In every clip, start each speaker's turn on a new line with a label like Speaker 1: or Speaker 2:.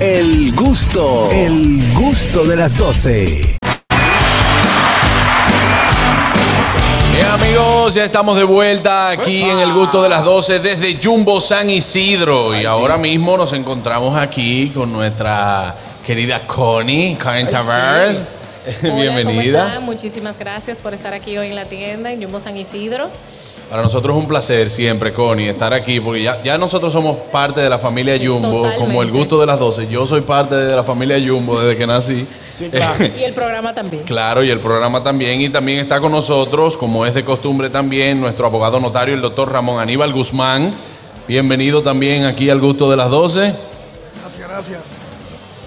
Speaker 1: El gusto, el gusto de las 12.
Speaker 2: Bien amigos, ya estamos de vuelta aquí en el gusto de las 12 desde Jumbo San Isidro y ahora mismo nos encontramos aquí con nuestra querida Connie, Connie Tavares.
Speaker 3: Hola, ¿cómo
Speaker 2: Bienvenida.
Speaker 3: están? Muchísimas gracias por estar aquí hoy en la tienda en Jumbo San Isidro.
Speaker 2: Para nosotros es un placer siempre, Connie, estar aquí, porque ya, ya nosotros somos parte de la familia Jumbo, como el
Speaker 3: Totalmente.
Speaker 2: gusto de las 12. Yo soy parte de la familia Jumbo desde que nací.
Speaker 3: Y el programa también.
Speaker 2: Claro, y el programa también. Y también está con nosotros, como es de costumbre también, nuestro abogado notario, el doctor Ramón Aníbal Guzmán. Bienvenido también aquí al gusto de las 12.
Speaker 4: Gracias, gracias.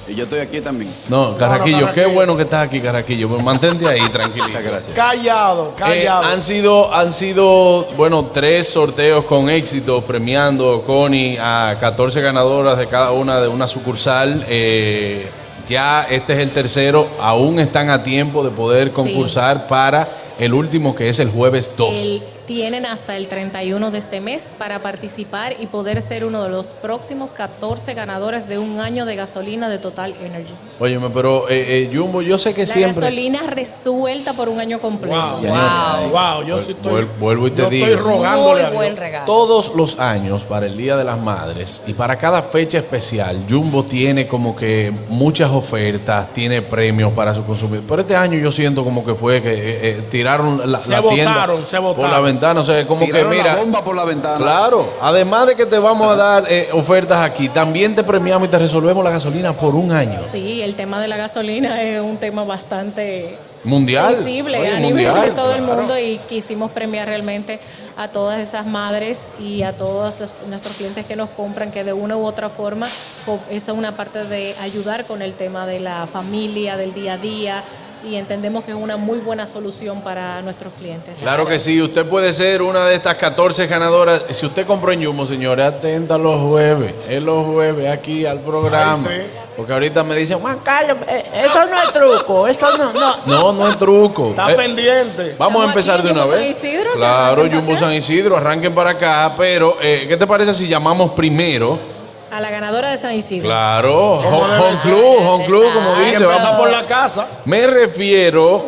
Speaker 5: Y yo estoy aquí también.
Speaker 2: No, Carraquillo, qué
Speaker 4: Carraquillo.
Speaker 2: bueno que estás aquí, Carraquillo. Pues mantente ahí, tranquilo.
Speaker 5: Muchas gracias.
Speaker 4: Callado,
Speaker 2: Eh,
Speaker 4: callado.
Speaker 2: han sido, han sido, bueno, tres sorteos con éxito, premiando Connie a 14 ganadoras de cada una de una sucursal. Eh, ya este es el tercero, aún están a tiempo de poder
Speaker 3: Sí.
Speaker 2: concursar para el último que es el jueves 2.
Speaker 3: El- tienen hasta el 31 de este mes para participar y poder ser uno de los próximos 14 ganadores de un año de gasolina de Total Energy.
Speaker 2: Óyeme, pero eh, eh, Jumbo, yo sé que
Speaker 3: la
Speaker 2: siempre.
Speaker 3: gasolina resuelta por un año completo.
Speaker 4: Wow. wow, yo sí estoy.
Speaker 2: Vuel- vuelvo y te
Speaker 4: yo
Speaker 2: digo.
Speaker 4: Estoy rogándole. a
Speaker 6: Muy buen
Speaker 4: Dios.
Speaker 6: regalo.
Speaker 2: Todos los años para el Día de las Madres y para cada fecha especial, Jumbo tiene como que muchas ofertas, tiene premios para su consumidor. Pero este año yo siento como que fue que eh, eh, tiraron la,
Speaker 4: Se
Speaker 2: la tienda
Speaker 4: botaron, se
Speaker 2: por
Speaker 4: botaron.
Speaker 2: la ventana. O sea, como
Speaker 5: Tiraron
Speaker 2: que mira.
Speaker 5: la bomba por la ventana.
Speaker 2: Claro, además de que te vamos a dar eh, ofertas aquí, también te premiamos y te resolvemos la gasolina por un año.
Speaker 3: Sí, el tema de la gasolina es un tema bastante
Speaker 2: Mundial.
Speaker 3: sensible
Speaker 2: Oye,
Speaker 3: a nivel de
Speaker 2: mundial,
Speaker 3: todo el
Speaker 2: claro.
Speaker 3: mundo y quisimos premiar realmente a todas esas madres y a todos los- nuestros clientes que nos compran, que de una u otra forma, co- esa es una parte de ayudar con el tema de la familia, del día a día, y entendemos que es una muy buena solución para nuestros clientes.
Speaker 2: Claro que sí, usted puede ser una de estas 14 ganadoras. Si usted compró en Yumo, señores, atenta los jueves, es los jueves aquí al programa.
Speaker 4: Ay, sí.
Speaker 2: Porque ahorita me dicen, Juan,
Speaker 7: Carlos, eh, eso no es truco, eso no, no.
Speaker 2: no, no es truco.
Speaker 4: Está
Speaker 2: Eh,
Speaker 4: pendiente.
Speaker 2: Vamos a
Speaker 3: Estamos
Speaker 2: empezar
Speaker 3: aquí
Speaker 2: de
Speaker 3: en
Speaker 2: una
Speaker 3: Jumbo
Speaker 2: vez.
Speaker 3: San Isidro,
Speaker 2: claro,
Speaker 3: arranquen para
Speaker 2: Jumbo
Speaker 3: acá.
Speaker 2: San Isidro, arranquen para acá, pero eh, ¿qué te parece si llamamos primero?
Speaker 3: A la ganadora de San Isidro.
Speaker 2: Claro, Home
Speaker 4: debe
Speaker 2: Home
Speaker 4: ser?
Speaker 2: Club, Home Club, como
Speaker 6: Ay,
Speaker 2: dice.
Speaker 4: que pasa
Speaker 2: vamos.
Speaker 4: por la casa.
Speaker 2: Me refiero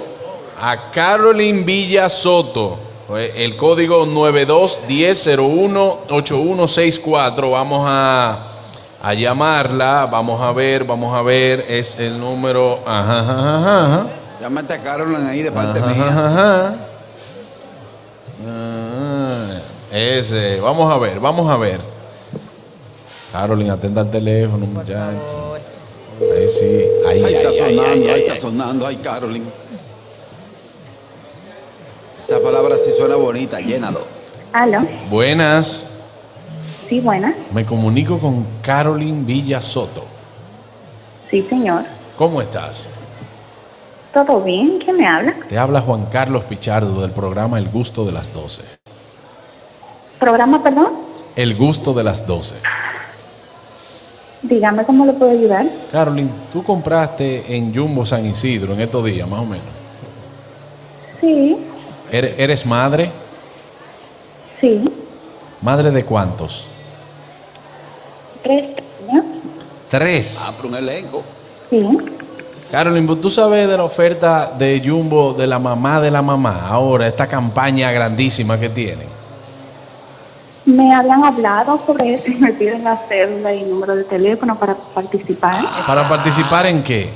Speaker 2: a Carolyn Villa Soto. eh, El código 92-1001-8164. Vamos a, a llamarla. Vamos a ver, vamos a ver. Es el número. Ajá, ajá, ajá, ajá.
Speaker 5: Llámate a Carolyn ahí de parte
Speaker 2: Ajá,
Speaker 5: mía.
Speaker 2: ajá, ajá. Ah, Ese. Vamos a ver, vamos a ver. Carolyn, atenta al teléfono, muchacho. Ahí sí. Ahí,
Speaker 5: Ahí
Speaker 2: ahí,
Speaker 5: está
Speaker 2: ahí,
Speaker 5: sonando,
Speaker 2: ahí,
Speaker 5: ahí
Speaker 2: ahí.
Speaker 5: está sonando, ay Carolyn. Esa palabra sí suena bonita, llénalo.
Speaker 8: Aló,
Speaker 2: Buenas.
Speaker 8: sí, buena.
Speaker 2: Me comunico con Carolyn Villa Soto.
Speaker 8: Sí, señor.
Speaker 2: ¿Cómo estás?
Speaker 8: ¿Todo bien? ¿Quién me habla?
Speaker 2: Te habla Juan Carlos Pichardo del programa El Gusto de las 12.
Speaker 8: ¿Programa, perdón?
Speaker 2: El Gusto de las 12.
Speaker 8: Dígame cómo le puedo ayudar.
Speaker 2: Carolyn, tú compraste en Jumbo San Isidro en estos días, más o menos.
Speaker 8: Sí,
Speaker 2: ¿Eres, eres madre?
Speaker 8: sí.
Speaker 2: ¿Madre de cuántos?
Speaker 8: ¿Tres niños?
Speaker 2: Tres.
Speaker 5: Ah, pero un elenco.
Speaker 8: Sí.
Speaker 2: Carolyn, ¿tú sabes de la oferta de Jumbo de la mamá de la mamá? Ahora, esta campaña grandísima que tienen.
Speaker 8: Me habían hablado sobre eso y me piden la cédula y número de teléfono para participar
Speaker 2: ¿Para participar en qué?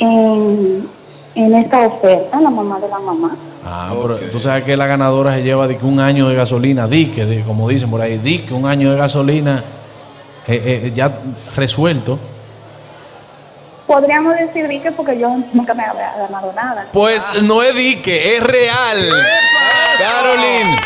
Speaker 8: en, en esta oferta, la mamá de la mamá.
Speaker 2: Ah,
Speaker 5: Ok.
Speaker 2: pero tú sabes que la ganadora se lleva de que un año de gasolina, dique, de- como dicen por ahí, dique un año de gasolina eh, eh, ya resuelto.
Speaker 8: Podríamos decir, Vicky, porque yo nunca me había ganado nada.
Speaker 2: Pues no es dique, es real. Carolyn,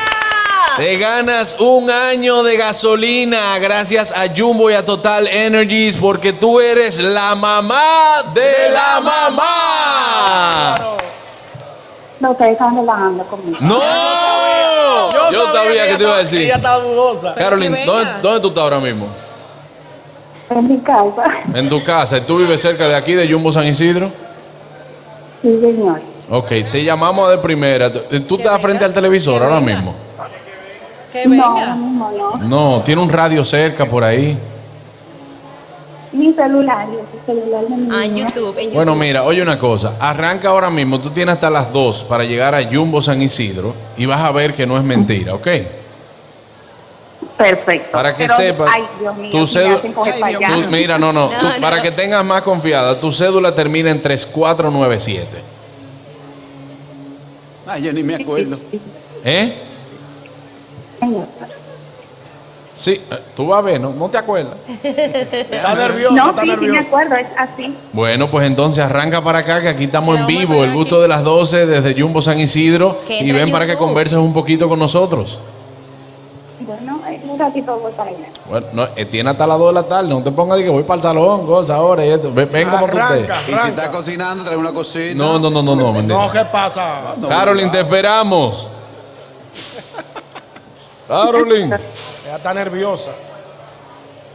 Speaker 2: te ganas un año de gasolina gracias a Jumbo y a Total Energies porque tú eres la mamá de la mamá.
Speaker 8: No, ustedes están relajando conmigo.
Speaker 2: No, yo sabía que te iba a
Speaker 4: ella
Speaker 2: decir.
Speaker 4: Ella estaba dudosa.
Speaker 3: Pero
Speaker 2: Carolyn,
Speaker 3: que
Speaker 2: ¿dónde,
Speaker 3: venga.
Speaker 2: dónde tú estás ahora mismo?
Speaker 8: En mi casa.
Speaker 2: En tu casa. ¿Y tú vives cerca de aquí, de Jumbo San Isidro?
Speaker 8: Sí, señor.
Speaker 2: Ok, te llamamos de primera. ¿Tú tú estás
Speaker 3: venga,
Speaker 2: frente al televisor
Speaker 3: que
Speaker 2: ahora
Speaker 3: venga.
Speaker 2: mismo?
Speaker 3: Que
Speaker 8: No,
Speaker 3: venga.
Speaker 8: ahora mismo no.
Speaker 2: No, tiene un radio cerca por ahí.
Speaker 8: mi celular y el celular de mi
Speaker 6: Ah, en
Speaker 8: niña.
Speaker 6: YouTube, en YouTube.
Speaker 2: Bueno, mira, oye una cosa. Arranca ahora mismo. Tú tienes hasta las 2 para llegar a Jumbo San Isidro y vas a ver que no es mentira, ¿ok?
Speaker 8: Perfecto.
Speaker 2: Para que
Speaker 8: Pero,
Speaker 2: sepas.
Speaker 8: Ay, Dios mío,
Speaker 2: tu
Speaker 8: me
Speaker 2: cédula-
Speaker 8: hacen coger
Speaker 5: Ay,
Speaker 8: para
Speaker 5: Dios
Speaker 8: allá.
Speaker 2: tú- mira, no, no.
Speaker 6: No,
Speaker 2: tú-
Speaker 6: no.
Speaker 2: Para que tengas más confiada, tu cédula termina en 3497.
Speaker 5: Ay, yo ni me acuerdo.
Speaker 2: ¿Eh?
Speaker 8: Señor.
Speaker 2: Sí, eh, tú vas a ver, ¿no? ¿No te acuerdas?
Speaker 4: Está nervioso,
Speaker 8: No,
Speaker 4: está
Speaker 8: sí, sí, me
Speaker 4: nervioso.
Speaker 8: acuerdo, es así.
Speaker 2: Bueno, pues entonces arranca para acá, que aquí estamos
Speaker 3: Pero
Speaker 2: en
Speaker 3: vamos a
Speaker 2: vivo, el
Speaker 3: parar
Speaker 2: gusto
Speaker 3: aquí.
Speaker 2: de las 12 desde Jumbo San Isidro.
Speaker 6: Que
Speaker 2: Y
Speaker 6: entra
Speaker 2: ven para que
Speaker 6: YouTube.
Speaker 2: converses un poquito con nosotros.
Speaker 8: Bueno, eh, un ratito voy para allá.
Speaker 2: Bueno, no, eh, tiene hasta las 2 de la tarde, no te pongas de que voy para el salón, cosas ahora y esto. Ven, ven como tú te.
Speaker 4: Arranca,
Speaker 5: Y si está
Speaker 4: arranca.
Speaker 5: cocinando, trae una cosita.
Speaker 2: No, no, no, no, no,
Speaker 4: No,
Speaker 2: mentira.
Speaker 4: ¿qué pasa?
Speaker 2: Carolyn, te esperamos. Carolyn.
Speaker 4: Ella está nerviosa.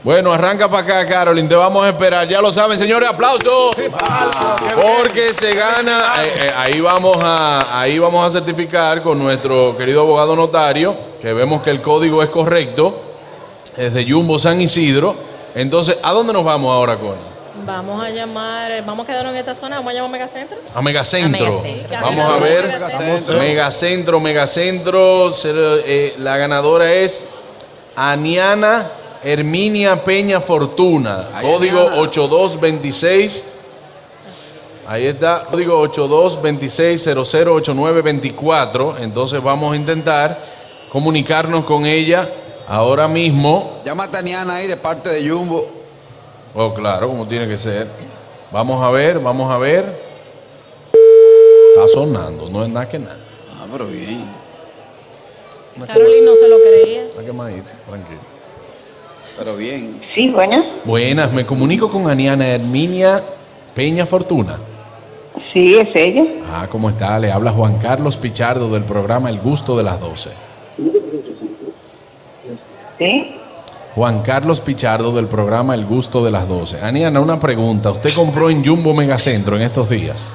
Speaker 2: Bueno, arranca para acá, Carolyn. Te vamos a esperar. Ya lo saben, señores, aplausos. Porque se gana. eh, eh, ahí, vamos a, ahí vamos a certificar con nuestro querido abogado notario que vemos que el código es correcto. Desde Jumbo San Isidro. Entonces, ¿a dónde nos vamos ahora, con?
Speaker 3: Vamos a llamar, vamos a quedarnos en esta zona, vamos a llamar a Megacentro.
Speaker 2: A Megacentro.
Speaker 6: A Megacentro.
Speaker 2: Vamos a ver.
Speaker 5: Megacentro.
Speaker 2: Megacentro, Megacentro. se- eh, la ganadora es Aniana Herminia Peña Fortuna.
Speaker 5: Ay,
Speaker 2: Código
Speaker 5: Aniana.
Speaker 2: 8226. Ahí está, código 8226008924. Entonces vamos a intentar comunicarnos con ella ahora mismo.
Speaker 5: Llama a Taniana ahí de parte de Jumbo.
Speaker 2: Oh, claro, como tiene que ser. Vamos a ver, vamos a ver. Está sonando, no es nada que nada.
Speaker 5: Ah, pero bien.
Speaker 3: Carolyn no se lo creía.
Speaker 2: Está quemadito, tranquilo.
Speaker 5: Pero bien.
Speaker 8: Sí, bueno.
Speaker 2: Buenas, me comunico con Aniana Herminia Peña Fortuna.
Speaker 8: Sí, es ella.
Speaker 2: Ah, ¿cómo está? Le habla Juan Carlos Pichardo del programa El Gusto de las 12.
Speaker 8: Sí.
Speaker 2: Juan Carlos Pichardo del programa El Gusto de las 12. Aniana, una pregunta. ¿Usted compró en Jumbo Megacentro en estos días?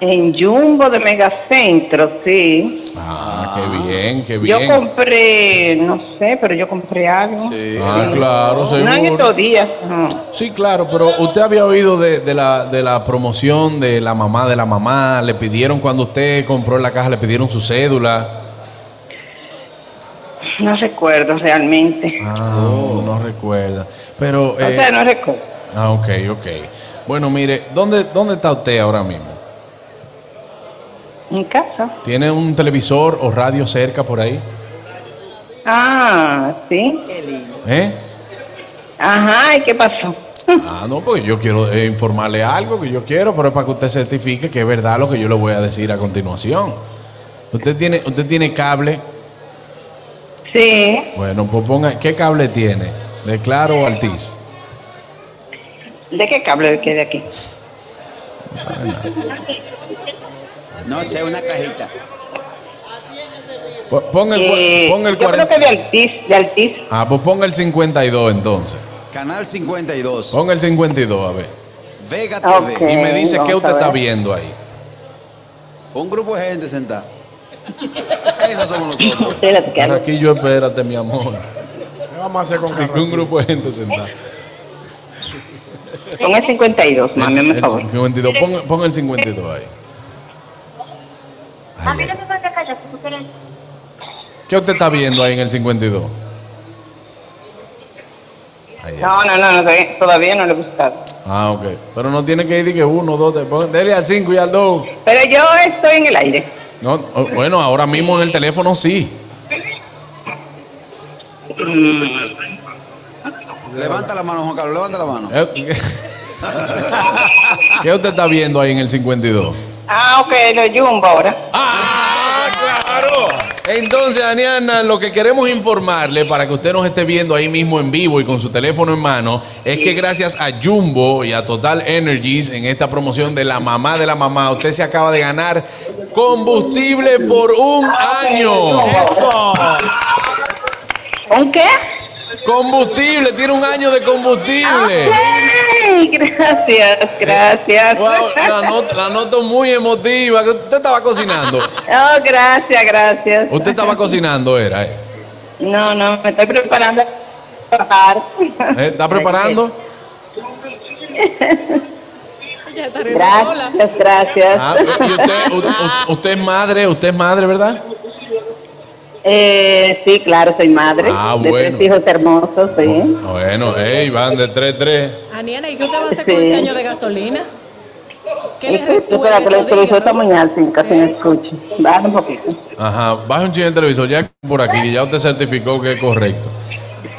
Speaker 8: En Jumbo de Megacentro, sí.
Speaker 2: Ah, qué bien, qué
Speaker 8: Yo
Speaker 2: bien.
Speaker 8: compré, no sé, pero yo compré algo.
Speaker 5: Sí.
Speaker 2: Ah, claro, seguro.
Speaker 8: No en estos días. no.
Speaker 2: Sí, claro, pero usted había oído de, de la, de la promoción de la mamá de la mamá. Le pidieron cuando usted compró la caja, le pidieron su cédula.
Speaker 8: No recuerdo realmente.
Speaker 2: Ah, no recuerda. Pero.
Speaker 8: Oh. O
Speaker 2: eh,
Speaker 8: sea, no recuerdo.
Speaker 2: Ah, ok, ok. Bueno, mire, ¿dónde, ¿dónde está usted ahora mismo?
Speaker 8: En casa.
Speaker 2: ¿Tiene un televisor o radio cerca por ahí?
Speaker 8: Ah, sí.
Speaker 2: ¿Eh?
Speaker 8: Ajá, ¿y qué pasó?
Speaker 2: Ah, no, porque yo quiero eh, informarle algo que yo quiero, pero es para que usted certifique que es verdad lo que yo le voy a decir a continuación. ¿Usted tiene, usted tiene cable?
Speaker 8: Sí,
Speaker 2: Bueno, pues ponga, ¿qué cable tiene? ¿De Claro o Altiz?
Speaker 8: ¿de qué cable que de aquí?
Speaker 5: No, sea una cajita.
Speaker 2: Po- Ponga el,
Speaker 8: Eh,
Speaker 2: cua- ponga el
Speaker 8: yo creo que
Speaker 2: 40.
Speaker 8: de Altiz, de Altiz.
Speaker 2: Ah, pues ponga el 52 entonces.
Speaker 5: Canal 52.
Speaker 2: Ponga el 52, a ver.
Speaker 5: Vega
Speaker 8: Ah,
Speaker 5: TV.
Speaker 8: ok.
Speaker 2: Y me dice
Speaker 8: vamos
Speaker 2: qué
Speaker 8: a
Speaker 2: usted está
Speaker 8: ver.
Speaker 2: viendo ahí.
Speaker 5: Un grupo de gente sentada. Esos somos nosotros.
Speaker 8: Espérate, que algo-
Speaker 2: Ahora aquí yo espérate, mi amor.
Speaker 4: ¿Qué vamos a hacer con
Speaker 2: Que un
Speaker 4: Carraquillo?
Speaker 2: grupo de gente sentada.
Speaker 8: Pon el 52, mami,
Speaker 2: El-
Speaker 8: me
Speaker 2: el
Speaker 8: favor.
Speaker 2: 52. Ponga, ponga el 52 ahí. Ahí, ahí. ¿Qué usted está viendo ahí en el 52? Ahí, ahí.
Speaker 8: No, no, no, no, todavía- todavía no lo he buscado.
Speaker 2: Ah, ok. Pero no tiene que ir de que uno, dos, tres. Ponga- Dele al 5 y al 2.
Speaker 8: Pero yo estoy en el aire.
Speaker 2: No, o- bueno, ahora mismo en el teléfono sí.
Speaker 5: Levanta la mano, Juan Carlos, levanta la mano.
Speaker 2: Eh, ¿Qué usted está viendo ahí en el 52?
Speaker 8: Ah, ok, lo jumbo ahora.
Speaker 2: ¡Ah, claro! Entonces, Aniana, lo que queremos informarle para que usted nos esté viendo ahí mismo en vivo y con su teléfono en mano es que gracias a Jumbo y a Total Energies en esta promoción de la mamá de la mamá, usted se acaba de ganar combustible por un año.
Speaker 4: Eso.
Speaker 8: ¿Un qué?
Speaker 2: Combustible, tiene un año de combustible.
Speaker 8: Ah, Ay, gracias, gracias.
Speaker 2: Eh, Wow, la, not- la noto muy emotiva. Usted estaba cocinando.
Speaker 8: Oh, gracias, gracias.
Speaker 2: Usted estaba cocinando, era. eh.
Speaker 8: No, no, me estoy preparando. preparar.
Speaker 2: Eh, ¿Está preparando?
Speaker 3: Ya está riendo sola.
Speaker 6: Gracias, gracias.
Speaker 2: Ah, y usted, u- u- usted es madre, usted es madre, ¿verdad?
Speaker 6: Eh, sí, claro, soy madre
Speaker 2: Ah,
Speaker 6: de
Speaker 2: bueno.
Speaker 6: tres hijos hermosos, sí.
Speaker 2: Bueno, hey, van de 3-3.
Speaker 3: Aniana, Ah, ¿y qué usted va a hacer con
Speaker 6: Sí.
Speaker 3: ese año de gasolina? ¿Qué le
Speaker 6: Escucho,
Speaker 3: resuelve?
Speaker 6: pero que
Speaker 3: eso?
Speaker 6: el televisor está
Speaker 3: Dígame.
Speaker 6: muy alto, casi no
Speaker 3: ¿Eh?
Speaker 6: escucho. Dale un poquito.
Speaker 2: Ajá, baja un ching el televisor, ya por aquí, ya usted certificó que es correcto.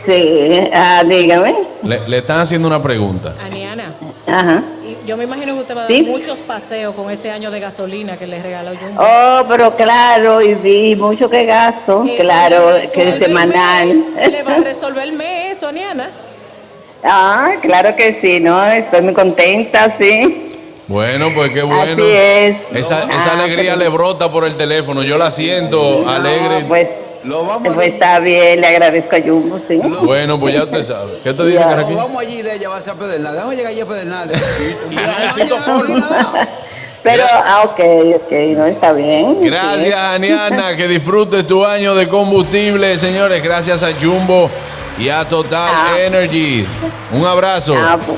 Speaker 6: Sí, ah, dígame.
Speaker 2: Le, le están haciendo una pregunta.
Speaker 3: Aniana,
Speaker 6: Ajá.
Speaker 3: Ah, y yo me imagino que usted va a dar
Speaker 6: Sí.
Speaker 3: muchos paseos con ese año de gasolina que le regaló Jumbo.
Speaker 6: Oh, pero claro, y, y mucho que gasto,
Speaker 3: Eso
Speaker 6: Oh, claro,
Speaker 3: le va a
Speaker 6: que
Speaker 3: resolver
Speaker 6: es semanal.
Speaker 3: el mes. Le va a resolverme eso, Aniana.
Speaker 6: ah, claro que sí, ¿no? Estoy muy contenta, sí.
Speaker 2: Bueno, pues qué bueno.
Speaker 6: Así es.
Speaker 2: Esa,
Speaker 6: No,
Speaker 2: esa
Speaker 6: ah,
Speaker 2: alegría
Speaker 6: pero-
Speaker 2: le brota por el teléfono. Yo la siento alegre.
Speaker 6: No, pues,
Speaker 5: Lo vamos a
Speaker 6: pues está bien, le agradezco a Jumbo, sí.
Speaker 2: Bueno, pues ya usted sabe. ¿Qué te dice,
Speaker 6: Ya.
Speaker 5: Nos
Speaker 2: Carraquín?
Speaker 5: vamos allí de ella, va a ser a Pedernales. Vamos a llegar allí a Pedernales. Y- y
Speaker 4: Yo
Speaker 5: no hay
Speaker 4: necesito
Speaker 5: gasolina, nada.
Speaker 6: Pero, ah, ok, ok, no, está bien. sí.
Speaker 2: Gracias, Aniana. Que disfrutes tu año de combustible, señores. Gracias a Jumbo y a Total
Speaker 6: Ah.
Speaker 2: Energy. Un abrazo.
Speaker 6: Ah, pues,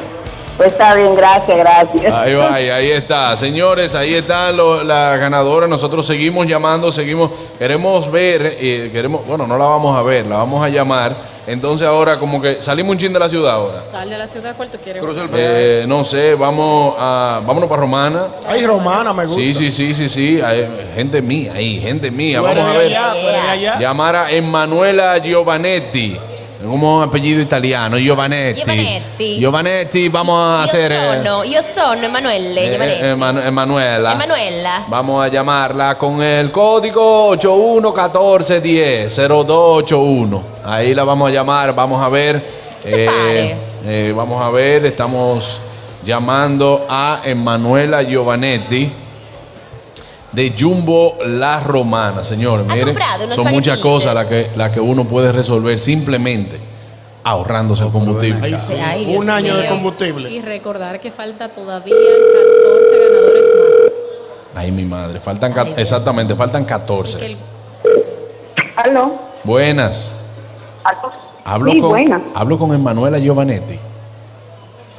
Speaker 6: pues está bien, gracias, gracias.
Speaker 2: Ahí va, ahí, ahí está. Señores, ahí están lo- las ganadoras. Nosotros seguimos llamando, seguimos. Queremos ver, eh, queremos, bueno, no la vamos a ver, la vamos a llamar. Entonces ahora como que salimos un chin de la ciudad ahora.
Speaker 3: Sal de la ciudad, ¿cuál tú quieres?
Speaker 5: Cruza el peaje.
Speaker 2: Eh, no sé, vamos a, vámonos para Romana.
Speaker 4: Ay, Romana, me gusta.
Speaker 2: Sí, sí, sí, sí, sí. Hay gente mía ahí, gente mía.
Speaker 4: Tú eres
Speaker 2: Vamos a
Speaker 4: de
Speaker 2: ver.
Speaker 4: allá, tú eres de allá.
Speaker 2: Llamar a Emanuela Giovanetti. Como un apellido italiano, Giovanetti.
Speaker 9: Giovanetti.
Speaker 2: Giovanetti, vamos a
Speaker 9: Io
Speaker 2: hacer. eh,
Speaker 9: sono, io sono Emanuele
Speaker 2: eh,
Speaker 9: Giovanetti.
Speaker 2: eh, ah. Emanu- Emanuela.
Speaker 9: Emanuela.
Speaker 2: Vamos a llamarla con el código 811410-0281. Ahí la vamos a llamar, vamos a ver.
Speaker 9: te pare?
Speaker 2: eh, vamos a ver, estamos llamando a Emanuela Giovanetti de Jumbo La Romana, señores.
Speaker 9: Ha
Speaker 2: Miren,
Speaker 9: comprado unos
Speaker 2: son muchas
Speaker 9: paquetitos.
Speaker 2: cosas las que, las que uno puede resolver simplemente ahorrándose el combustible.
Speaker 4: Ay, sí.
Speaker 9: Ay, Dios
Speaker 4: Un año de
Speaker 9: mío.
Speaker 4: combustible.
Speaker 3: Y recordar que falta todavía 14 ganadores más.
Speaker 2: Ay, mi madre, faltan ca- exactamente, faltan 14.
Speaker 3: Así que el-
Speaker 8: Aló.
Speaker 2: Buenas.
Speaker 8: Aló.
Speaker 2: Hablo
Speaker 8: Sí,
Speaker 2: con
Speaker 8: buena.
Speaker 2: hablo con Emanuela Giovanetti.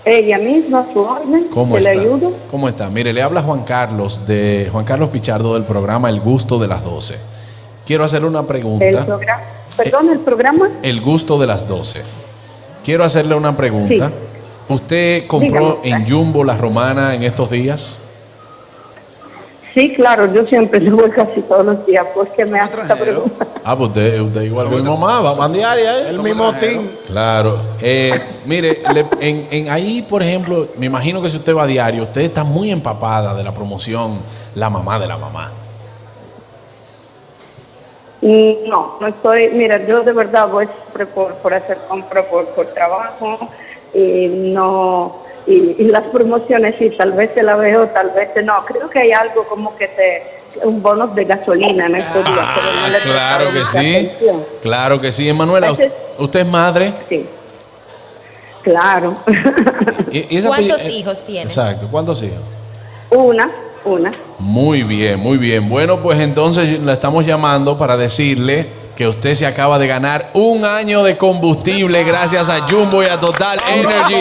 Speaker 8: Ella misma, su orden.
Speaker 2: ¿Cómo
Speaker 8: que
Speaker 2: está?
Speaker 8: le ayudo.
Speaker 2: ¿Cómo está? Mire, le habla Juan Carlos de Juan Carlos Pichardo del programa El Gusto de las 12. Quiero hacerle una
Speaker 8: El
Speaker 2: pregunta.
Speaker 8: programa. Perdón, el programa.
Speaker 2: El Gusto de las 12. Quiero hacerle una pregunta. ¿Usted compró
Speaker 8: Dígame.
Speaker 2: en Jumbo La Romana en estos días?
Speaker 8: Sí, claro, yo siempre lo voy casi todos los días porque me hace esta
Speaker 5: Extranjero.
Speaker 8: pregunta.
Speaker 2: Ah, pues usted, usted igual que mi mamá, va van diaria, ¿eh?
Speaker 4: El mismo team.
Speaker 2: Claro. Eh, mire, le- en, en ahí, por ejemplo, me imagino que si usted va a diario, usted está muy empapada de la promoción La Mamá de la Mamá.
Speaker 8: Mm, No, no estoy, mira, yo de verdad voy siempre por, por hacer compra, por, por trabajo, y no, y, y las promociones sí, tal vez se la veo, tal vez no, creo que hay algo como que te, un bonus de gasolina en estos días. pero no le he
Speaker 2: Ah, claro
Speaker 8: prestado
Speaker 2: que
Speaker 8: mucha
Speaker 2: sí.
Speaker 8: atención.
Speaker 2: Claro que sí, Emanuela.
Speaker 8: Ese-
Speaker 2: Usted es madre.
Speaker 8: Sí, claro.
Speaker 2: Y- y esa
Speaker 9: ¿Cuántos
Speaker 2: apelli- eh,
Speaker 9: hijos tiene?
Speaker 2: Exacto, ¿cuántos hijos?
Speaker 8: una, una.
Speaker 2: Muy bien, muy bien. Bueno, pues entonces la estamos llamando para decirle que usted se acaba de ganar un año de combustible gracias a Jumbo y a Total Energy.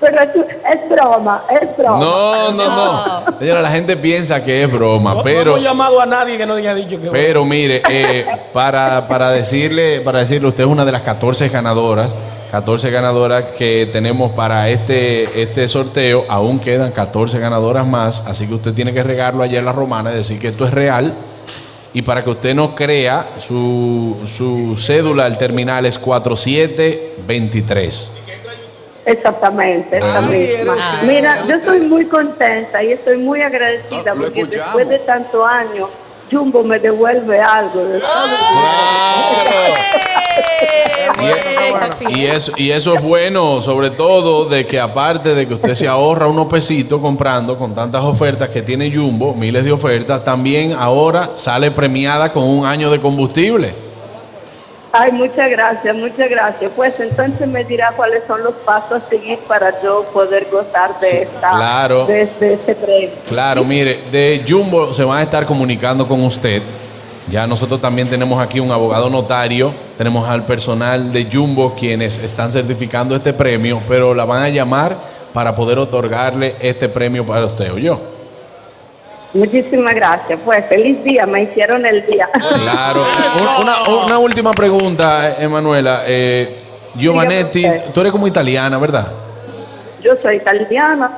Speaker 8: Pero es, es broma, es broma.
Speaker 2: No, no, no. Señora, la gente piensa que es broma,
Speaker 4: No-
Speaker 2: Ah, pero...
Speaker 4: No hemos llamado a nadie que no haya dicho que
Speaker 2: Pero mire, eh, para, para decirle, para decirle, usted es una de las 14 ganadoras, 14 ganadoras que tenemos para este, este sorteo. Aún quedan 14 ganadoras más, así que usted tiene que regarlo allá en la romana y decir que esto es real. Y para que usted no crea, su, su cédula al terminal es 4723.
Speaker 8: Exactamente,
Speaker 2: Ah.
Speaker 8: esa
Speaker 5: Ay, era
Speaker 8: misma.
Speaker 5: usted.
Speaker 8: Ah. Mira, yo estoy muy contenta y estoy muy agradecida
Speaker 5: Ah, lo
Speaker 8: porque
Speaker 5: escuchamos.
Speaker 8: después de tantos años, Jumbo me devuelve algo. de todo lo
Speaker 5: Ah.
Speaker 8: que-
Speaker 3: Ey, está fino.
Speaker 2: Y eso, y eso es bueno, sobre todo de que aparte de que usted se ahorra unos pesitos comprando con tantas ofertas que tiene Jumbo, miles de ofertas, también ahora sale premiada con un año de combustible.
Speaker 8: Ay, muchas gracias, muchas gracias. Pues entonces me dirá cuáles son los pasos a seguir para yo poder gozar de,
Speaker 2: Sí,
Speaker 8: esta,
Speaker 2: claro.
Speaker 8: de, de este premio.
Speaker 2: Claro, mire, de Jumbo se van a estar comunicando con usted Ya nosotros también tenemos aquí un abogado notario, tenemos al personal de Jumbo quienes están certificando este premio, pero la van a llamar para poder otorgarle este premio para usted o yo.
Speaker 8: Muchísimas gracias. Pues feliz día, me hicieron el día.
Speaker 2: Claro. Un- Una, una última pregunta, eh, Emanuela. Eh, Giovanetti,
Speaker 8: Dígame usted.
Speaker 2: tú eres como italiana, ¿verdad?
Speaker 8: Yo soy italiana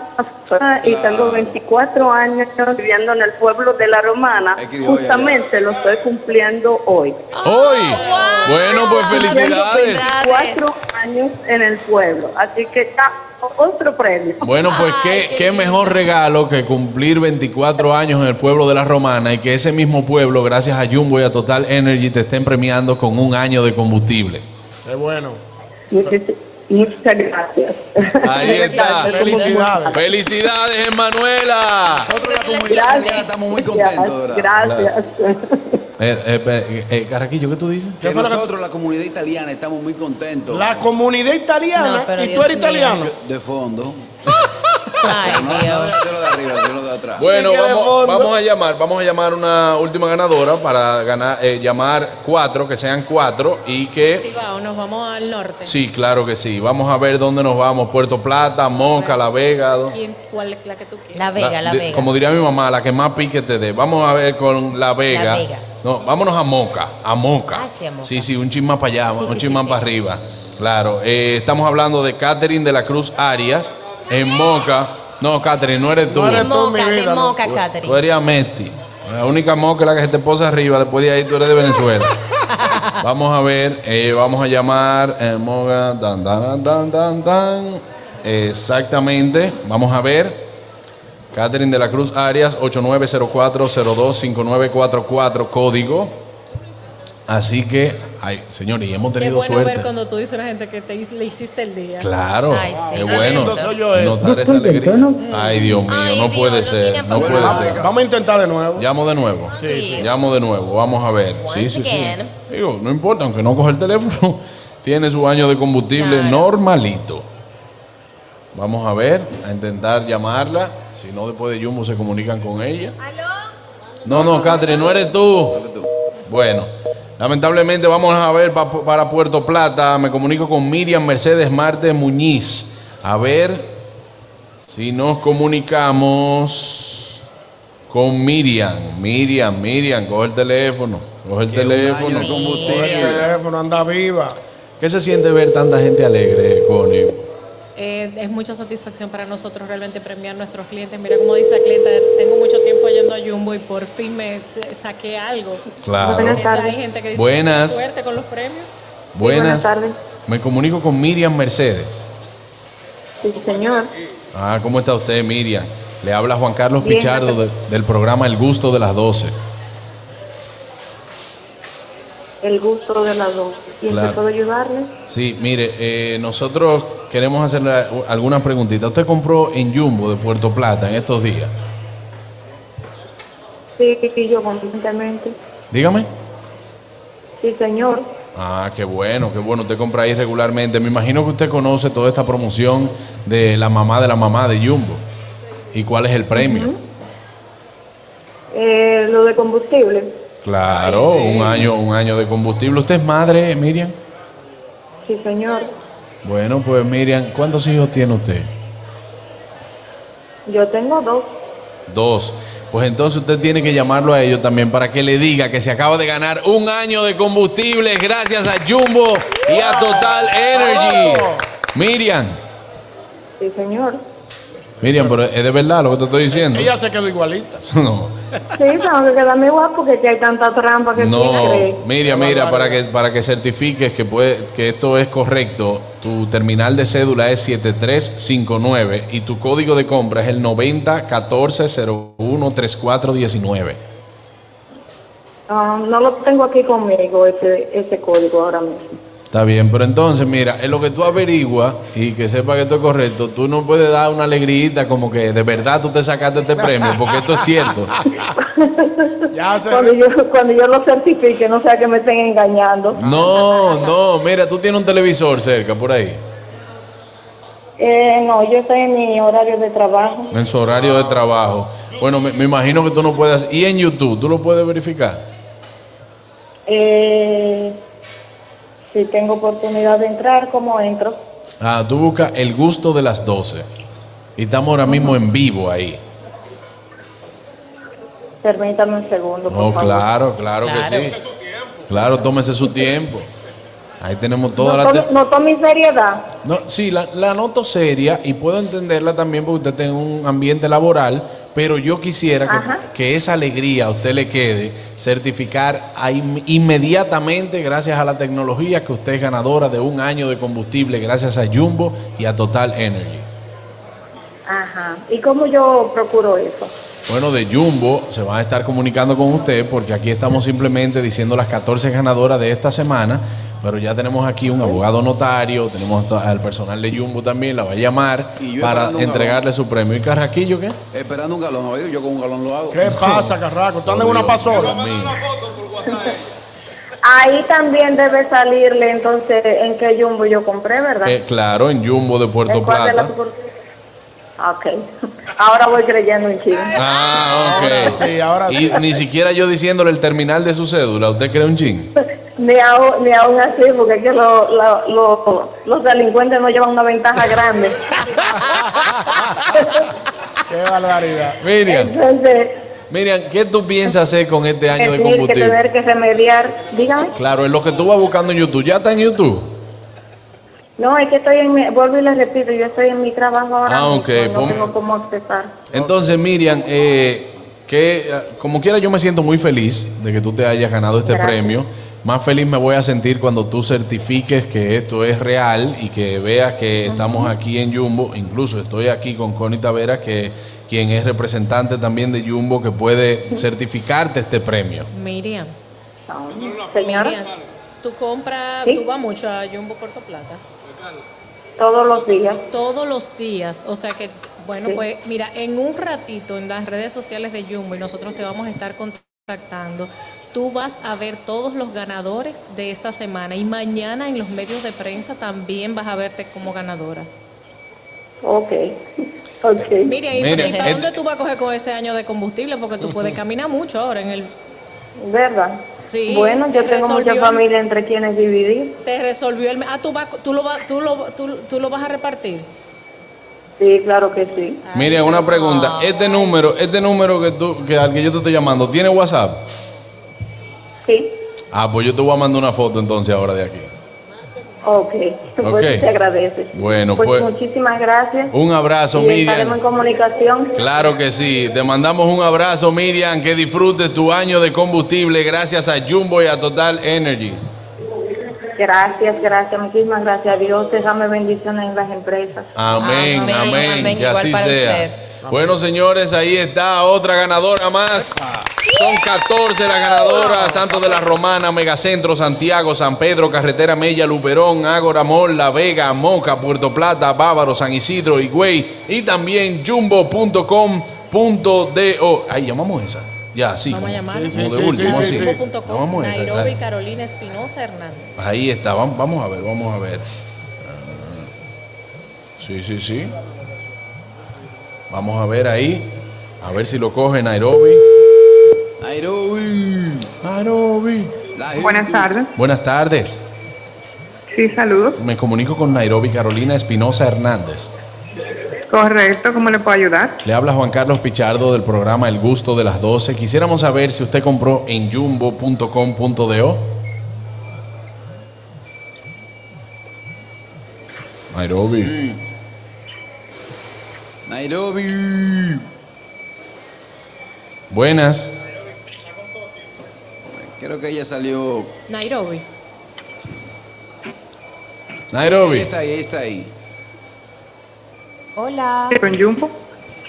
Speaker 8: y tengo 24 años viviendo en el pueblo de La Romana.
Speaker 5: Es criolla,
Speaker 8: Justamente lo estoy cumpliendo hoy.
Speaker 9: Ah,
Speaker 2: Hoy.
Speaker 9: Oh,
Speaker 2: Bueno, pues
Speaker 8: Tengo
Speaker 2: felicidades.
Speaker 8: 24 años en el pueblo, así que ya otro premio.
Speaker 2: Bueno, pues
Speaker 9: Ay,
Speaker 2: qué,
Speaker 9: qué
Speaker 2: qué
Speaker 9: lindo.
Speaker 2: mejor regalo que cumplir 24 años en el pueblo de la Romana y que ese mismo pueblo, gracias a Jumbo y a Total Energy, te estén premiando con un año de combustible.
Speaker 4: Es bueno.
Speaker 8: Muchis- Muchas gracias.
Speaker 2: Ahí está.
Speaker 4: Felicidades.
Speaker 2: Felicidades, Emanuela.
Speaker 5: Nosotros la comunidad
Speaker 9: Gracias.
Speaker 5: dominicana estamos muy contentos, ¿verdad?
Speaker 8: Gracias.
Speaker 2: Eh, eh, eh, eh, Carraquillo, ¿qué tú dices?
Speaker 5: Que nosotros, la comunidad italiana, estamos muy contentos.
Speaker 4: La comunidad italiana.
Speaker 9: No, pero
Speaker 4: ¿Y tú
Speaker 9: Dios
Speaker 4: eres
Speaker 9: mío.
Speaker 4: italiano?
Speaker 5: De fondo.
Speaker 9: Ay,
Speaker 5: No, no,
Speaker 9: Dios.
Speaker 5: de lo de arriba, de lo de atrás.
Speaker 2: Bueno,
Speaker 4: Tiene que de
Speaker 2: vamos,
Speaker 4: fondo.
Speaker 2: vamos a llamar, vamos a llamar una última ganadora para ganar, eh, llamar cuatro, que sean cuatro y
Speaker 3: Sí,
Speaker 2: que
Speaker 3: va, nos vamos al norte.
Speaker 2: sí, claro que sí. Vamos a ver dónde nos vamos, Puerto Plata, Moca, La Vega. do-
Speaker 3: ¿Quién- cuál es la que tú quieras?
Speaker 9: La Vega, la
Speaker 2: de-
Speaker 9: Vega.
Speaker 2: Como diría mi mamá, la que más pique te dé. Vamos a ver con La Vega.
Speaker 9: La Vega.
Speaker 2: No, vámonos a Moca, a Moca.
Speaker 9: Ah, sí, a Moca.
Speaker 2: sí, sí, un chisma para allá,
Speaker 9: Sí,
Speaker 2: un
Speaker 9: sí,
Speaker 2: chisma
Speaker 9: sí,
Speaker 2: para
Speaker 9: sí.
Speaker 2: arriba. Claro, eh, estamos hablando de Catherine de la Cruz Arias en Moca. No, Catherine, no eres tú.
Speaker 9: de
Speaker 4: eres tú, mi
Speaker 9: moca, de
Speaker 4: vida, no.
Speaker 9: moca,
Speaker 2: Tú
Speaker 9: Catherine.
Speaker 2: eres Amesti. La única moca es la que se te posa arriba. Después de ahí tú eres de Venezuela. vamos a ver. eh, vamos a llamar. eh, moga. Tan, tan, tan, tan, tan. Exactamente. Vamos a ver. Catherine de la Cruz Arias, 8904025944, código. Así que, ay, señor, y hemos
Speaker 3: Qué
Speaker 2: tenido
Speaker 3: bueno ver
Speaker 2: suerte.
Speaker 3: cuando tú dices a una gente que te, his- le hiciste el día.
Speaker 2: Claro,
Speaker 9: Ay, sí.
Speaker 2: qué
Speaker 9: Qué
Speaker 2: bueno.
Speaker 9: lindo
Speaker 4: soy yo eso.
Speaker 2: Notar esa alegría. Ay, Dios mío,
Speaker 9: Ay,
Speaker 2: no
Speaker 9: Dios,
Speaker 2: puede
Speaker 9: no
Speaker 2: ser.
Speaker 9: tienen
Speaker 2: No
Speaker 9: palabras.
Speaker 2: puede
Speaker 5: Vamos
Speaker 2: ser.
Speaker 5: a-
Speaker 4: Vamos a intentar de nuevo.
Speaker 2: Llamo de nuevo.
Speaker 9: Sí, sí.
Speaker 2: Llamo de nuevo. Vamos a ver. Sí,
Speaker 9: Once
Speaker 2: sí, sí.
Speaker 9: again.
Speaker 2: Digo, no importa, aunque no coja el teléfono, tiene su año de combustible
Speaker 9: Claro.
Speaker 2: normalito. Vamos a ver, a intentar llamarla. Si no, después de Jumbo se comunican con ella. No, no, Catherine, no eres tú. Bueno, lamentablemente vamos a ver pa- para Puerto Plata. Me comunico con Miriam Mercedes Marte Muñiz. A ver si nos comunicamos con Miriam. Miriam, Miriam, coge el teléfono. Coge el
Speaker 5: Que un
Speaker 2: teléfono.
Speaker 5: año de
Speaker 4: El
Speaker 5: combustible.
Speaker 4: teléfono anda viva.
Speaker 2: ¿Qué se siente ver tanta gente alegre, Connie?
Speaker 3: Eh, es mucha satisfacción para nosotros realmente premiar a nuestros clientes. Mira, como dice la clienta, tengo mucho tiempo yendo a Jumbo y por fin me sa- saqué algo.
Speaker 2: Claro.
Speaker 8: Buenas
Speaker 3: Porque
Speaker 8: tardes.
Speaker 3: Hay gente que dice
Speaker 2: Buenas.
Speaker 3: suerte con los premios.
Speaker 2: Buenas.
Speaker 8: buenas tardes.
Speaker 2: Me comunico con Miriam Mercedes.
Speaker 8: Sí, señor.
Speaker 2: Ah, ¿cómo está usted, Miriam? Le habla Juan Carlos
Speaker 8: Bien,
Speaker 2: Pichardo de- del programa El Gusto de las 12.
Speaker 8: El gusto de las dos. ¿Y en qué
Speaker 2: Claro.
Speaker 8: puedo ayudarle?
Speaker 2: Sí, mire, eh, nosotros queremos hacerle algunas preguntitas. Usted compró en Jumbo de Puerto Plata en estos días.
Speaker 8: Sí, sí, yo constantemente.
Speaker 2: Dígame.
Speaker 8: Sí, señor.
Speaker 2: Ah, qué bueno, qué bueno. Usted compra ahí regularmente. Me imagino que usted conoce toda esta promoción de la mamá de la mamá de Jumbo. ¿Y cuál es el premio?
Speaker 8: Eh, lo de combustible.
Speaker 2: Claro, un año, un año de combustible. ¿Usted es madre, Miriam?
Speaker 8: Sí, señor.
Speaker 2: Bueno, pues Miriam, ¿cuántos hijos tiene usted?
Speaker 8: Yo tengo dos.
Speaker 2: Dos. Pues entonces usted tiene que llamarlo a ellos también para que le diga que se acaba de ganar un año de combustibles gracias a Jumbo y a Total Energy. Miriam,
Speaker 8: Sí, señor.
Speaker 2: Miriam, pero es de verdad lo que te estoy diciendo.
Speaker 4: Ella se quedó igualita.
Speaker 2: No.
Speaker 8: Sí, tengo que quedarme guapo porque aquí hay tanta trampa que quién cree.
Speaker 2: No, mira, mira, para que, para que certifiques que, puede, que esto es correcto, tu terminal de cédula es 7359 y tu código de compra es el 9014013419.
Speaker 8: Ah, no lo tengo aquí conmigo, ese, ese código ahora mismo.
Speaker 2: Está bien, pero entonces, mira, en lo que tú averiguas y que sepa que esto es correcto, tú no puedes dar una alegrita como que de verdad tú te sacaste este premio, porque esto es cierto.
Speaker 4: Ya se
Speaker 8: Cuando yo, cuando yo lo certifique, no sea que me estén engañando.
Speaker 2: Ah. No, no, mira, tú tienes un televisor cerca por ahí,
Speaker 8: Eh, no, yo estoy en mi horario de trabajo.
Speaker 2: en su horario de trabajo. Bueno, me, me imagino que tú no puedes. Y en YouTube, tú lo puedes verificar.
Speaker 8: Eh, si tengo oportunidad de entrar, ¿cómo entro?
Speaker 2: Ah, tú buscas el gusto de las 12. Y estamos ahora mismo en vivo ahí.
Speaker 8: Permítame un segundo, por
Speaker 2: Oh,
Speaker 8: favor.
Speaker 2: claro, claro,
Speaker 8: Claro.
Speaker 2: que sí. Claro, tómese su tiempo. Ahí tenemos toda
Speaker 8: Noto-
Speaker 2: la... te-
Speaker 8: noto mi seriedad.
Speaker 2: No, sí, la, la noto seria y puedo entenderla también porque usted tiene un ambiente laboral, pero yo quisiera
Speaker 8: Ajá.
Speaker 2: que, que esa alegría a usted le quede certificar a in- inmediatamente, gracias a la tecnología, que usted es ganadora de un año de combustible, gracias a Jumbo y a Total Energy.
Speaker 8: Ajá. ¿Y cómo yo procuro eso?
Speaker 2: Bueno, de Jumbo se van a estar comunicando con usted porque aquí estamos simplemente diciendo las 14 ganadoras de esta semana, pero ya tenemos aquí un abogado notario, tenemos to- al personal de Jumbo también, la va a llamar
Speaker 5: yo
Speaker 2: para
Speaker 5: esperando un
Speaker 2: entregarle su premio. ¿Y Carraquillo qué?
Speaker 5: Esperando un galón, oye, yo con un galón lo hago.
Speaker 4: ¿Qué pasa, Carraco? ¿Tú andas en una pasola?
Speaker 8: Ahí también debe salirle entonces en qué jumbo yo compré, ¿verdad?
Speaker 2: Eh, claro, en Jumbo de Puerto
Speaker 8: ¿En cuál de
Speaker 2: Plata.
Speaker 8: las oportunidades? Ok. Ahora voy creyendo en chisme.
Speaker 2: Ah, ok.
Speaker 4: Ahora sí, ahora
Speaker 2: y
Speaker 4: sí.
Speaker 2: ni siquiera yo diciéndole el terminal de su cédula, ¿usted cree un chin?
Speaker 8: Ni aún, ni aún así, porque es que lo- lo- lo- los delincuentes no llevan una ventaja grande.
Speaker 4: Qué barbaridad.
Speaker 2: Miriam,
Speaker 8: Entonces,
Speaker 2: Miriam, ¿qué tú piensas hacer con este año de
Speaker 8: decir que
Speaker 2: combustible?
Speaker 8: tener que remediar, dígame.
Speaker 2: Claro, es lo que tú vas buscando en YouTube. ¿Ya está en YouTube?
Speaker 8: No, es que estoy en mi, vuelvo y les repito, yo estoy en mi trabajo ahora.
Speaker 2: Ah,
Speaker 8: mismo,
Speaker 2: ok,
Speaker 8: No
Speaker 2: pon-
Speaker 8: tengo cómo accesar.
Speaker 2: Entonces, Miriam, eh, que eh, como quiera yo me siento muy feliz de que tú te hayas ganado este
Speaker 8: Gracias.
Speaker 2: premio. Más feliz me voy a sentir cuando tú certifiques que esto es real y que veas que estamos aquí en Jumbo. Incluso estoy aquí con Connie Taveras, que quien es representante también de Jumbo, que puede certificarte este premio.
Speaker 3: Miriam,
Speaker 8: Señora,
Speaker 3: Miriam, tú compras,
Speaker 8: Sí.
Speaker 3: tú vas mucho a Jumbo Puerto Plata.
Speaker 8: todos los días.
Speaker 3: Todos los días, o sea que, bueno,
Speaker 8: Sí.
Speaker 3: pues mira, en un ratito en las redes sociales de Jumbo y nosotros te vamos a estar contactando, tú vas a ver todos los ganadores de esta semana y mañana en los medios de prensa también vas a verte como ganadora.
Speaker 8: Ok. Ok.
Speaker 3: Mira, ¿y,
Speaker 2: Mira,
Speaker 3: y para
Speaker 2: eh,
Speaker 3: dónde tú vas a coger con ese año de combustible? Porque tú puedes caminar mucho ahora en el...
Speaker 8: ¿Verdad?
Speaker 3: Sí,
Speaker 8: bueno, yo
Speaker 3: te
Speaker 8: tengo mucha
Speaker 3: resolvió-
Speaker 8: familia entre quienes dividir.
Speaker 3: Te resolvió el... Ah, tú, vas, tú, lo, vas- tú, lo, tú, tú lo vas a repartir.
Speaker 8: Sí, claro que sí.
Speaker 2: Miriam, una pregunta. Este número, este número que tú, que al que yo te estoy llamando, ¿tiene WhatsApp?
Speaker 8: Sí.
Speaker 2: Ah, pues yo te voy a mandar una foto entonces ahora de aquí.
Speaker 8: Ok.
Speaker 2: Ok.
Speaker 8: Pues te agradece.
Speaker 2: Bueno,
Speaker 8: pues,
Speaker 2: pues-
Speaker 8: muchísimas gracias.
Speaker 2: Un abrazo,
Speaker 8: y
Speaker 2: Miriam.
Speaker 8: estaremos en comunicación.
Speaker 2: Claro que sí. Te mandamos un abrazo, Miriam. Que disfrutes tu año de combustible gracias a Jumbo y a Total Energy.
Speaker 8: Gracias, gracias, muchísimas gracias. Dios te dame bendiciones en las empresas.
Speaker 2: Amén, amén.
Speaker 9: Amén, amén.
Speaker 2: que
Speaker 9: Igual
Speaker 2: así
Speaker 9: para
Speaker 2: sea.
Speaker 9: usted.
Speaker 2: Bueno, señores, ahí está otra ganadora más. Son 14 las ganadoras, tanto de la Romana, Megacentro, Santiago, San Pedro, Carretera Mella, Luperón, Ágora Mall, La Vega, Moca, Puerto Plata, Bávaro, San Isidro, Higüey y también jumbo.com.do. Ahí llamamos esa. Ya, sí.
Speaker 3: Vamos a
Speaker 2: como-
Speaker 3: llamar.
Speaker 2: como
Speaker 4: Sí,
Speaker 2: de
Speaker 4: sí, sí,
Speaker 2: último,
Speaker 4: sí,
Speaker 2: así.
Speaker 4: sí.
Speaker 2: Llamamos
Speaker 3: Jumbo.com,
Speaker 2: esa,
Speaker 3: Nairobi,
Speaker 2: claro.
Speaker 3: Carolina Espinosa Hernández.
Speaker 2: Ahí está, vam- vamos a ver, vamos a ver. Ah, Sí, sí, sí. Vamos a ver ahí. A ver si lo coge Nairobi.
Speaker 5: Nairobi.
Speaker 2: Nairobi.
Speaker 5: La gente.
Speaker 6: Buenas tardes.
Speaker 2: Buenas tardes.
Speaker 6: Sí, saludos.
Speaker 2: Me comunico con Nairobi Carolina Espinosa Hernández.
Speaker 6: Correcto, ¿cómo le puedo ayudar?
Speaker 2: Le habla Juan Carlos Pichardo del programa El Gusto de las 12. Quisiéramos saber si usted compró en jumbo.com.do. Nairobi.
Speaker 6: Mm.
Speaker 5: Nairobi.
Speaker 2: Buenas.
Speaker 5: Creo que ella salió.
Speaker 3: Nairobi.
Speaker 5: Ella
Speaker 2: Nairobi.
Speaker 5: está ahí, ella está ahí.
Speaker 9: Hola.
Speaker 6: Con Jumbo.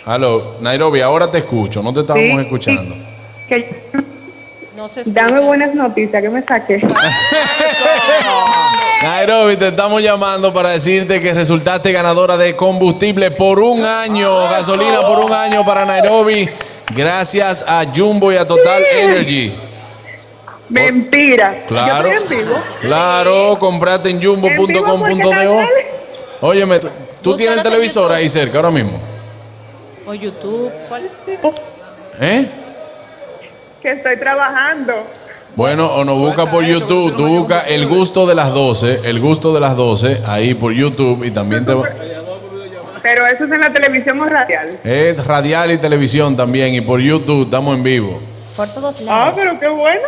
Speaker 2: Aló, Nairobi, ahora te escucho, no te estábamos
Speaker 6: Sí,
Speaker 2: escuchando.
Speaker 6: Que-
Speaker 3: No se
Speaker 6: dame
Speaker 3: escucha.
Speaker 6: buenas noticias, que me saqué.
Speaker 2: Nairobi, te estamos llamando para decirte que resultaste ganadora de combustible por un año, gasolina por un año para Nairobi, gracias a Jumbo y a Total Energy.
Speaker 6: Mentira.
Speaker 2: Claro,
Speaker 6: Yo estoy en vivo.
Speaker 2: claro, comprate en
Speaker 6: En vivo porque
Speaker 2: jumbo.com.do.
Speaker 6: tal
Speaker 2: Óyeme, tú- tú
Speaker 3: Búscanos
Speaker 2: tienes el
Speaker 3: en
Speaker 2: televisor
Speaker 3: YouTube.
Speaker 2: ahí cerca ahora mismo,
Speaker 3: O YouTube. ¿cuál?
Speaker 2: ¿eh?
Speaker 6: Que estoy trabajando.
Speaker 2: Bueno, o nos busca por YouTube, tú busca el gusto de las 12, el gusto de las 12, ahí por YouTube y también te va...
Speaker 10: Pero eso es en la televisión o radial.
Speaker 2: Es radial y televisión también y por YouTube estamos en vivo.
Speaker 10: Por todos lados. Ah, pero qué bueno.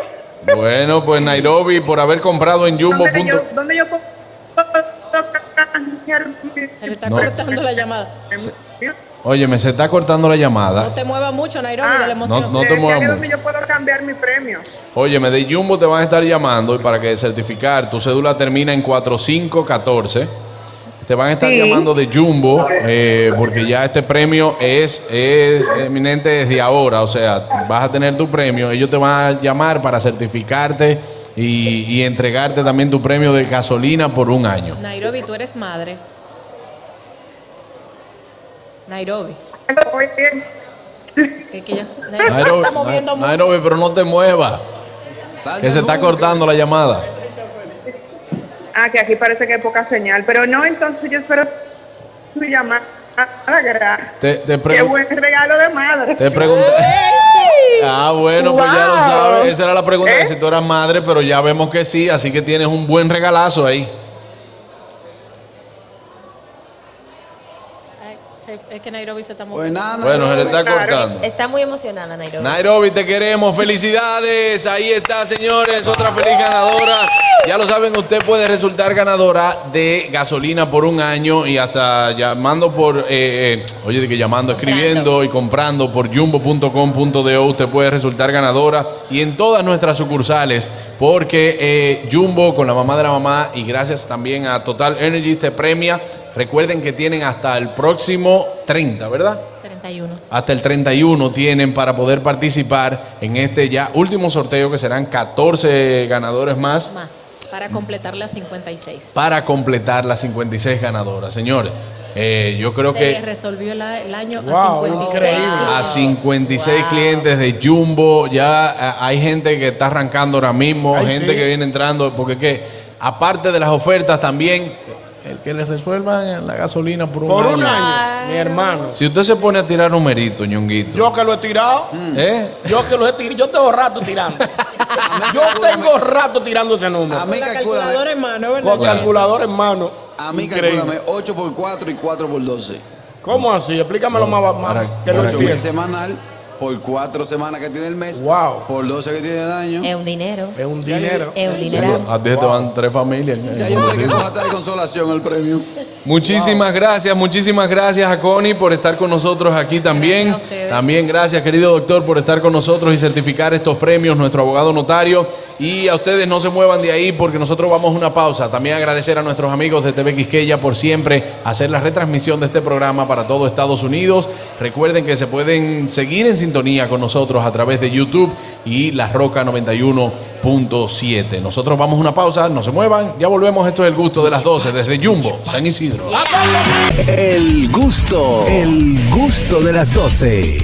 Speaker 2: Bueno, pues Nairobi, por haber comprado en Jumbo.
Speaker 10: ¿Dónde yo,
Speaker 2: punto-
Speaker 10: ¿Dónde yo puedo
Speaker 3: Se le está
Speaker 2: No.
Speaker 3: cortando la llamada.
Speaker 2: Oye, me se está cortando la
Speaker 3: No
Speaker 2: llamada.
Speaker 3: te muevas mucho, Nairobi, de la emoción.
Speaker 2: No- no te muevas mucho.
Speaker 10: yo puedo cambiar mi premio?
Speaker 2: Oye, me de Jumbo te van a estar llamando y para que certificar, tu cédula termina en 4514. Te van a estar
Speaker 10: Sí.
Speaker 2: llamando de Jumbo eh, porque ya este premio es, es eminente desde ahora. O sea, vas a tener tu premio. Ellos te van a llamar para certificarte y, y entregarte también tu premio de gasolina por un año.
Speaker 3: Nairobi, tú eres madre. Nairobi. Es que ya se- Nairobi, se
Speaker 2: Nairobi,
Speaker 3: está moviendo mucho.
Speaker 2: Nairobi, pero no te muevas. Que se está cortando la llamada.
Speaker 10: Ah, que aquí parece que hay poca señal. Pero no, entonces yo espero su llamada. Gracias.
Speaker 2: Te, te
Speaker 10: Qué
Speaker 2: pregun-
Speaker 10: buen regalo de madre.
Speaker 2: Te pregunté. Ah, bueno, pues ya lo
Speaker 10: Wow.
Speaker 2: sabes. Esa era la pregunta
Speaker 3: ¿Eh?
Speaker 2: de si tú eras madre, pero ya vemos que sí, así que tienes un buen regalazo ahí.
Speaker 3: Ay, se- Es que Nairobi se está
Speaker 2: Pues
Speaker 3: moviendo.
Speaker 2: nada, Bueno, se le está Nairobi. cortando.
Speaker 9: Está muy emocionada, Nairobi.
Speaker 2: Nairobi, te queremos. Felicidades. Ahí está, señores. Otra feliz ganadora. Ya lo saben, usted puede resultar ganadora de gasolina por un año y hasta llamando por, eh, eh, oye, de que llamando, escribiendo y comprando por jumbo.com.do, usted puede resultar ganadora y en todas nuestras sucursales, porque eh, Jumbo con la mamá de la mamá y gracias también a Total Energy te premia. Recuerden que tienen hasta el próximo 30, ¿verdad?
Speaker 3: 31.
Speaker 2: Hasta el 31 tienen para poder participar en este ya último sorteo que serán 14 ganadores más
Speaker 3: Más. Para completar las 56.
Speaker 2: para completar las 56 ganadoras. Señores, eh, yo creo
Speaker 3: se
Speaker 2: que
Speaker 3: resolvió la- el año
Speaker 4: Wow,
Speaker 3: a 56.
Speaker 2: a 56 clientes de Jumbo, ya eh, hay gente que está arrancando ahora mismo,
Speaker 4: Ay,
Speaker 2: gente
Speaker 4: sí.
Speaker 2: que viene entrando, porque que aparte de las ofertas también, el que les resuelvan la gasolina por un
Speaker 4: Por un
Speaker 2: año.
Speaker 4: año, mi hermano.
Speaker 2: Si usted se pone a tirar numerito, ñonguito.
Speaker 4: Yo que lo he tirado,
Speaker 2: ¿eh?
Speaker 4: yo que lo he tirado, yo tengo rato tirando. yo tengo rato tirando ese número.
Speaker 5: A mí calcúlame,
Speaker 3: Calculadora en mano, ¿verdad?
Speaker 4: Con calculador en mano.
Speaker 5: a mí
Speaker 4: Increíble.
Speaker 5: calcúlame 8 por 4 y 4 por 12.
Speaker 4: ¿Cómo así? Explícamelo más, más
Speaker 2: ahora-
Speaker 4: que lo
Speaker 2: ahora
Speaker 5: 8 mil
Speaker 4: entiendo.
Speaker 5: semanal por 4 semanas que tiene el mes,
Speaker 4: Wow.
Speaker 5: por 12 que tiene el año.
Speaker 9: Es un dinero.
Speaker 4: Es un dinero.
Speaker 9: Es un dinero.
Speaker 2: A ti te van tres familias.
Speaker 5: Ya yo sé que con hasta de consolación el premio.
Speaker 2: Muchísimas gracias, muchísimas gracias a Connie por estar con nosotros aquí también.
Speaker 3: Gracias a ustedes.
Speaker 2: también gracias, querido doctor, por estar con nosotros y certificar estos premios, nuestro abogado notario. Y a ustedes no se muevan de ahí porque nosotros vamos a una pausa. También agradecer a nuestros amigos de TV Quisqueya por siempre hacer la retransmisión de este programa para todo Estados Unidos. Recuerden que se pueden seguir en sintonía con nosotros a través de YouTube y La Roca 91.7. Nosotros vamos a una pausa, no se muevan, ya volvemos. Esto es el gusto de las 12 desde Jumbo, San Isidro.
Speaker 1: El gusto, el gusto de las 12.